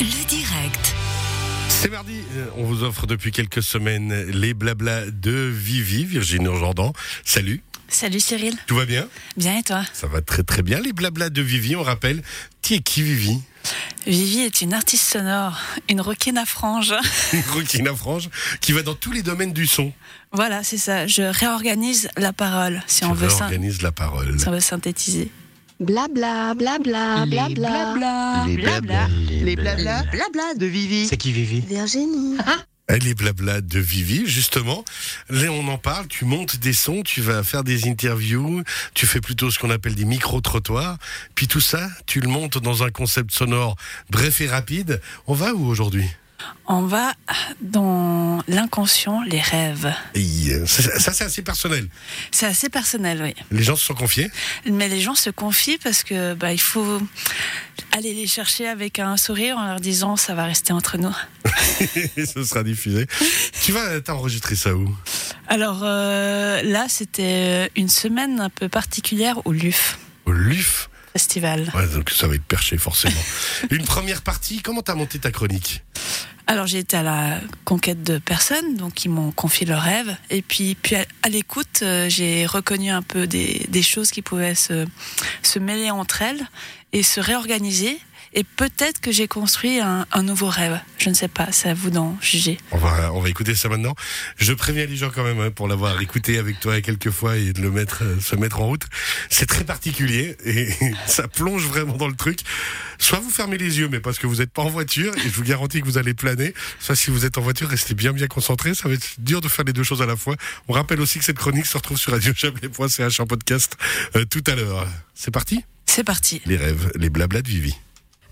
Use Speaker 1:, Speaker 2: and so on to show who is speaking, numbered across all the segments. Speaker 1: Le direct.
Speaker 2: C'est mardi, euh, on vous offre depuis quelques semaines les blablas de Vivi, Virginie Jordan. Salut,
Speaker 3: Salut Cyril,
Speaker 2: tout va bien
Speaker 3: bien et toi
Speaker 2: Ça va très très bien. Les blablas de Vivi, on rappelle, qui est qui Vivi
Speaker 3: Vivi est une artiste sonore, une roquine à franges.
Speaker 2: Une coquine frange qui va dans tous les domaines du son.
Speaker 3: voilà, c'est ça, je réorganise la parole si on veut, syn-
Speaker 2: organise la parole.
Speaker 3: si on veut synthétiser.
Speaker 4: Blabla, blabla,
Speaker 5: Les
Speaker 4: Ah, blabla.
Speaker 5: Les blabla.
Speaker 6: Les blabla, blabla de Vivi.
Speaker 5: C'est qui Vivi
Speaker 4: Virginie.
Speaker 2: Et Eh, Les blablas de Vivi, justement, là on en parle, tu montes des sons, tu vas faire des interviews, tu fais plutôt ce qu'on appelle des micro-trottoirs, puis tout ça, tu le montes dans un concept sonore bref et rapide. On va où aujourd'hui
Speaker 3: On va dans l'inconscient, les rêves.
Speaker 2: Et, euh, Ça, ça, c'est assez personnel.
Speaker 3: C'est assez personnel, oui.
Speaker 2: Les gens se sont confiés.
Speaker 3: Mais les gens se confient parce que bah, il faut aller les chercher avec un sourire en leur disant ça va rester entre nous.
Speaker 2: Et ce sera diffusé. tu vas t'as enregistré ça où
Speaker 3: Alors euh, là, c'était une semaine un peu particulière au LUF
Speaker 2: Au LUF.
Speaker 3: Festival.
Speaker 2: Ouais, donc ça va être perché, forcément. Une première partie, comment t'as monté ta chronique
Speaker 3: Alors j'ai été à la conquête de personnes, donc ils m'ont confié leurs rêves. Et puis, puis à, à l'écoute, euh, j'ai reconnu un peu des, des choses qui pouvaient se, se mêler entre elles et se réorganiser. Et peut-être que j'ai construit un, un nouveau rêve. Je ne sais pas, c'est à vous d'en juger.
Speaker 2: on va, on va écouter ça maintenant. Je préviens les gens quand même hein, pour l'avoir écouté avec toi quelques fois et de le mettre, euh, se mettre en route. C'est très particulier et ça plonge vraiment dans le truc. Soit vous fermez les yeux, mais parce que vous n'êtes pas en voiture et je vous garantis que vous allez planer. Soit si vous êtes en voiture, restez bien bien concentrés. Ça va être dur de faire les deux choses à la fois. On rappelle aussi que cette chronique se retrouve sur radiochablais.ch en podcast euh, tout à l'heure. C'est parti.
Speaker 3: C'est parti.
Speaker 2: Les rêves, les blablas de Vivi.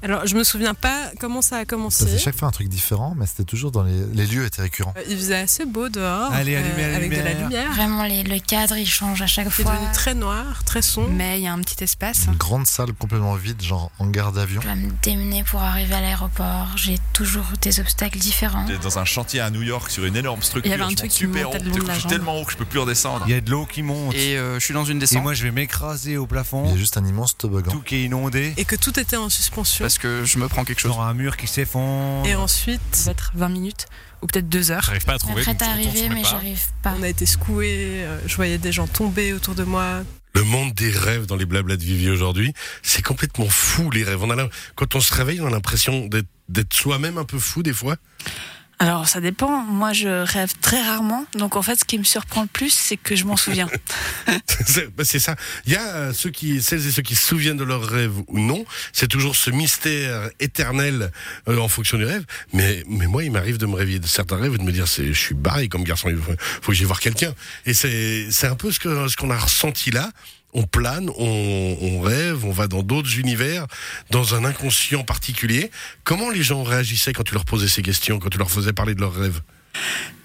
Speaker 7: Alors, je me souviens pas comment ça a
Speaker 8: Ça faisait
Speaker 7: commencé.
Speaker 8: chaque fois un truc différent, mais c'était toujours dans les, les lieux étaient récurrents.
Speaker 7: Euh, Il faisait assez beau dehors, euh,
Speaker 5: Allez, allumez la
Speaker 7: avec de la
Speaker 5: lumière.
Speaker 7: lumière.
Speaker 9: Vraiment, les- le cadre, il change à chaque
Speaker 7: C'est
Speaker 9: fois.
Speaker 7: devenu très noir, très sombre.
Speaker 10: Mais il y a un petit espace.
Speaker 8: Une grande salle complètement vide, genre en gare d'avion.
Speaker 9: Je dois me démener pour arriver à l'aéroport. J'ai toujours des obstacles différents.
Speaker 11: J'étais dans un chantier à New York sur une énorme structure.
Speaker 10: Il y avait un
Speaker 11: je
Speaker 10: truc
Speaker 11: monte
Speaker 10: qui
Speaker 11: super
Speaker 10: montait
Speaker 11: haut,
Speaker 10: le long de la
Speaker 11: je suis
Speaker 10: jambe.
Speaker 11: tellement haut que je peux plus redescendre.
Speaker 5: Il y a de l'eau qui monte. Et,
Speaker 6: Et euh, je suis dans une descente
Speaker 5: moi, je vais m'écraser au
Speaker 8: Il y
Speaker 5: plafond.
Speaker 8: a juste un immense toboggan.
Speaker 5: Tout qui est inondé.
Speaker 7: Et que tout était en suspension.
Speaker 6: parce que je me prends quelque chose.
Speaker 5: Genre un mur qui s'effondre.
Speaker 7: Et
Speaker 10: Ça
Speaker 7: ensuite,
Speaker 10: va être 20 minutes ou peut-être 2 heures.
Speaker 11: J'arrive pas à
Speaker 9: Après, t'es arrivé, mais j'arrive pas.
Speaker 7: on a été secoués. euh, Je voyais des gens tomber autour de moi.
Speaker 2: Le monde des rêves dans les blablas de Vivi aujourd'hui, c'est complètement fou les rêves. On a l'im- quand on se réveille, on a l'impression d'être- d'être soi-même un peu fou des fois.
Speaker 3: Alors ça dépend. Moi je rêve très rarement. Donc en fait, ce qui me surprend le plus, c'est que je m'en souviens.
Speaker 2: C'est bah, c'est ça. Il y a euh, ceux qui, celles et ceux qui se souviennent de leurs rêves ou non. C'est toujours ce mystère éternel euh, en fonction du rêve. Mais, mais moi, il m'arrive de me réveiller de certains rêves et de me dire, c'est, je suis barré comme garçon. Il faut, faut que j'aille voir quelqu'un. Et c'est, c'est un peu ce que, ce qu'on a ressenti là. On plane, on, on rêve, on va dans d'autres univers, dans un inconscient particulier. Comment les gens réagissaient quand tu leur posais ces questions, quand tu leur faisais parler de leurs rêves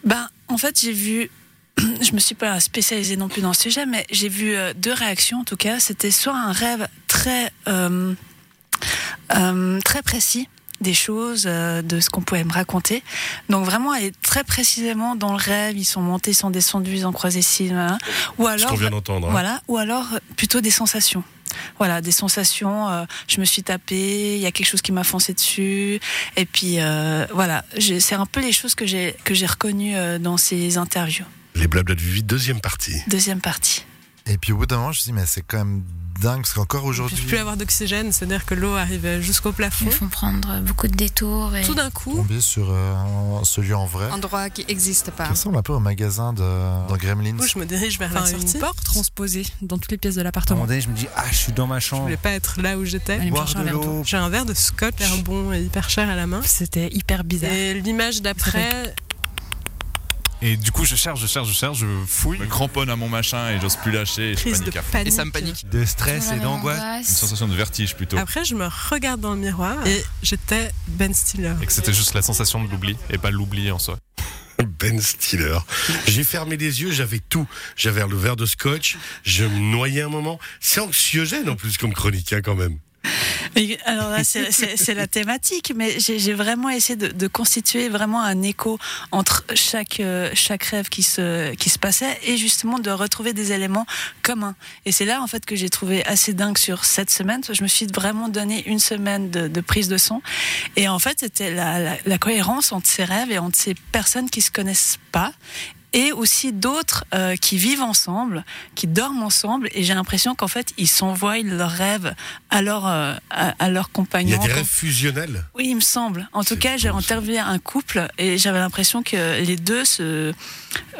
Speaker 3: Ben, en fait, j'ai vu. Je me suis pas spécialisée non plus dans ce sujet, mais j'ai vu euh, deux réactions en tout cas. C'était soit un rêve très euh, euh, très précis des choses, euh, de ce qu'on pouvait me raconter. Donc vraiment aller très précisément dans le rêve. Ils sont montés, ils sont descendus, ils ont croisé ci, voilà. ou
Speaker 2: Ce qu'on
Speaker 3: alors
Speaker 2: vient d'entendre. hein.
Speaker 3: voilà, ou alors euh, plutôt des sensations. Voilà, des sensations, euh, je me suis tapée, il y a quelque chose qui m'a foncé dessus. Et puis euh, voilà, j'ai- c'est un peu les choses que j'ai que j'ai reconnues euh, dans ces interviews.
Speaker 2: Les blabla de Vivi, deuxième partie.
Speaker 3: Deuxième partie.
Speaker 8: Et puis au bout d'un moment, je me suis dit, mais c'est quand même dingue, parce qu'encore
Speaker 7: Je ne
Speaker 8: aujourd'hui,
Speaker 7: plus avoir d'oxygène, c'est-à-dire que l'eau arrivait jusqu'au
Speaker 9: Ils
Speaker 7: plafond.
Speaker 9: me font prendre beaucoup de détours. Et...
Speaker 7: Tout d'un coup,
Speaker 8: tombé sur euh, ce lieu en vrai,
Speaker 10: Endroit qui n'existe pas.
Speaker 8: qui ressemble un peu au magasin de, dans Gremlins.
Speaker 7: moi, je me dirige vers
Speaker 10: Enfin,
Speaker 7: la
Speaker 10: une
Speaker 7: sortie.
Speaker 10: porte transposée dans toutes les pièces de
Speaker 5: À un
Speaker 10: l'appartement.
Speaker 5: moment donné, je me dis, ah, je suis dans ma
Speaker 7: Je
Speaker 5: chambre.
Speaker 7: voulais pas être là où j'étais.
Speaker 10: Allez me
Speaker 5: Boire
Speaker 10: chercher
Speaker 5: de
Speaker 10: un verre
Speaker 5: l'eau.
Speaker 10: d'eau.
Speaker 7: J'ai un verre de scotch, hyper bon et hyper cher à la main.
Speaker 10: C'était hyper bizarre.
Speaker 7: Et l'image d'après,
Speaker 5: Et du coup, je cherche, je cherche, je cherche, je fouille.
Speaker 11: Je me cramponne à mon machin et j'ose plus lâcher et je
Speaker 7: crise de
Speaker 11: panique à fond.
Speaker 7: panique.
Speaker 6: Et ça me panique.
Speaker 5: De stress et
Speaker 9: Voilà,
Speaker 5: d'angoisse.
Speaker 11: Une
Speaker 9: l'angoisse.
Speaker 11: sensation de vertige plutôt.
Speaker 7: Après, je me regarde dans le miroir et j'étais Ben Stiller.
Speaker 5: Et que c'était juste la sensation de l'oubli et pas l'oublier en soi.
Speaker 2: Ben Stiller. J'ai fermé les yeux, j'avais tout. J'avais le verre de scotch, je me noyais un moment. C'est anxiogène en plus comme chronique hein, quand même.
Speaker 3: Mais Alors là, c'est- c'est c'est la thématique, mais j'ai j'ai vraiment essayé de, de constituer vraiment un écho entre chaque, euh, chaque rêve qui se, qui se passait et justement de retrouver des éléments communs. Et c'est là, en fait, que j'ai trouvé assez dingue sur cette semaine. Je me suis vraiment donné une semaine de, de prise de son. Et en fait, c'était la, la- la cohérence entre ces rêves et entre ces personnes qui se connaissent pas et aussi d'autres euh, qui vivent ensemble, qui dorment ensemble, et j'ai l'impression qu'en fait ils s'envoient leurs rêves à leur euh, à, à leur
Speaker 2: Il y
Speaker 3: compagnon.
Speaker 2: a des rêves fusionnels.
Speaker 3: Oui, il me semble. En tout
Speaker 2: C'est
Speaker 3: cas, j'ai
Speaker 2: beau, ça.
Speaker 3: interviewé un couple et j'avais l'impression que les deux se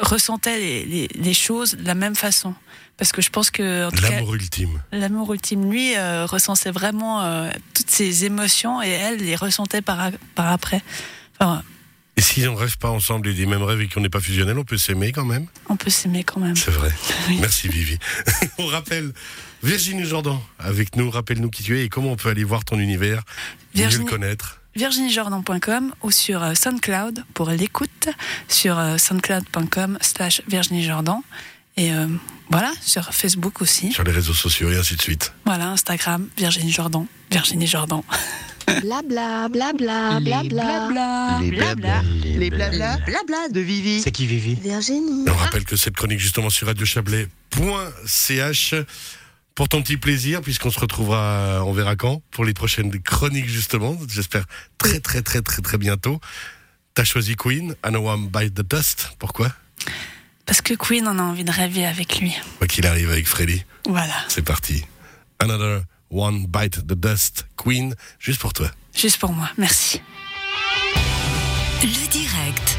Speaker 3: ressentaient les, les, les choses de la même façon. Parce que je pense que en tout cas,
Speaker 2: L'amour ultime.
Speaker 3: l'amour ultime, lui, euh, recensait vraiment euh, toutes ses émotions et elle les ressentait par, a- par après. Enfin,
Speaker 2: Et si on ne rêve pas ensemble et des mêmes rêves et qu'on n'est pas fusionnel, on peut s'aimer quand même.
Speaker 3: on peut s'aimer quand même.
Speaker 2: C'est vrai.
Speaker 3: Oui.
Speaker 2: Merci Vivi. on rappelle Virginie Jordan avec nous. Rappelle-nous qui tu es et comment on peut aller voir ton univers, mieux le
Speaker 3: Virginie-
Speaker 2: connaître.
Speaker 3: virginiejordan.com ou sur euh, SoundCloud pour l'écoute, sur euh, soundcloud.com slash virginiejordan. Et euh, voilà, sur Facebook aussi.
Speaker 2: Sur les réseaux sociaux et ainsi de suite.
Speaker 3: Voilà, Instagram, Virginie Jordan, Virginie Jordan.
Speaker 4: blabla, blabla, blabla.
Speaker 6: Les Ah, blabla. Les blabla. Blabla de Vivi.
Speaker 1: C'est qui Vivi
Speaker 4: Virginie.
Speaker 2: Et on rappelle que cette chronique justement sur radiochablais.ch pour ton petit plaisir, puisqu'on se retrouvera, on verra quand, pour les prochaines chroniques justement, j'espère très très très très très bientôt. T'as choisi Queen, I Know I'm by the Dust, pourquoi
Speaker 3: Parce que Queen, on a envie de rêver avec lui.
Speaker 2: Quoi qu'il arrive avec Freddy,
Speaker 3: Voilà,
Speaker 2: c'est parti. Another One Bite the Dust, Queen, juste pour toi.
Speaker 3: juste pour moi. Merci.
Speaker 12: Le direct.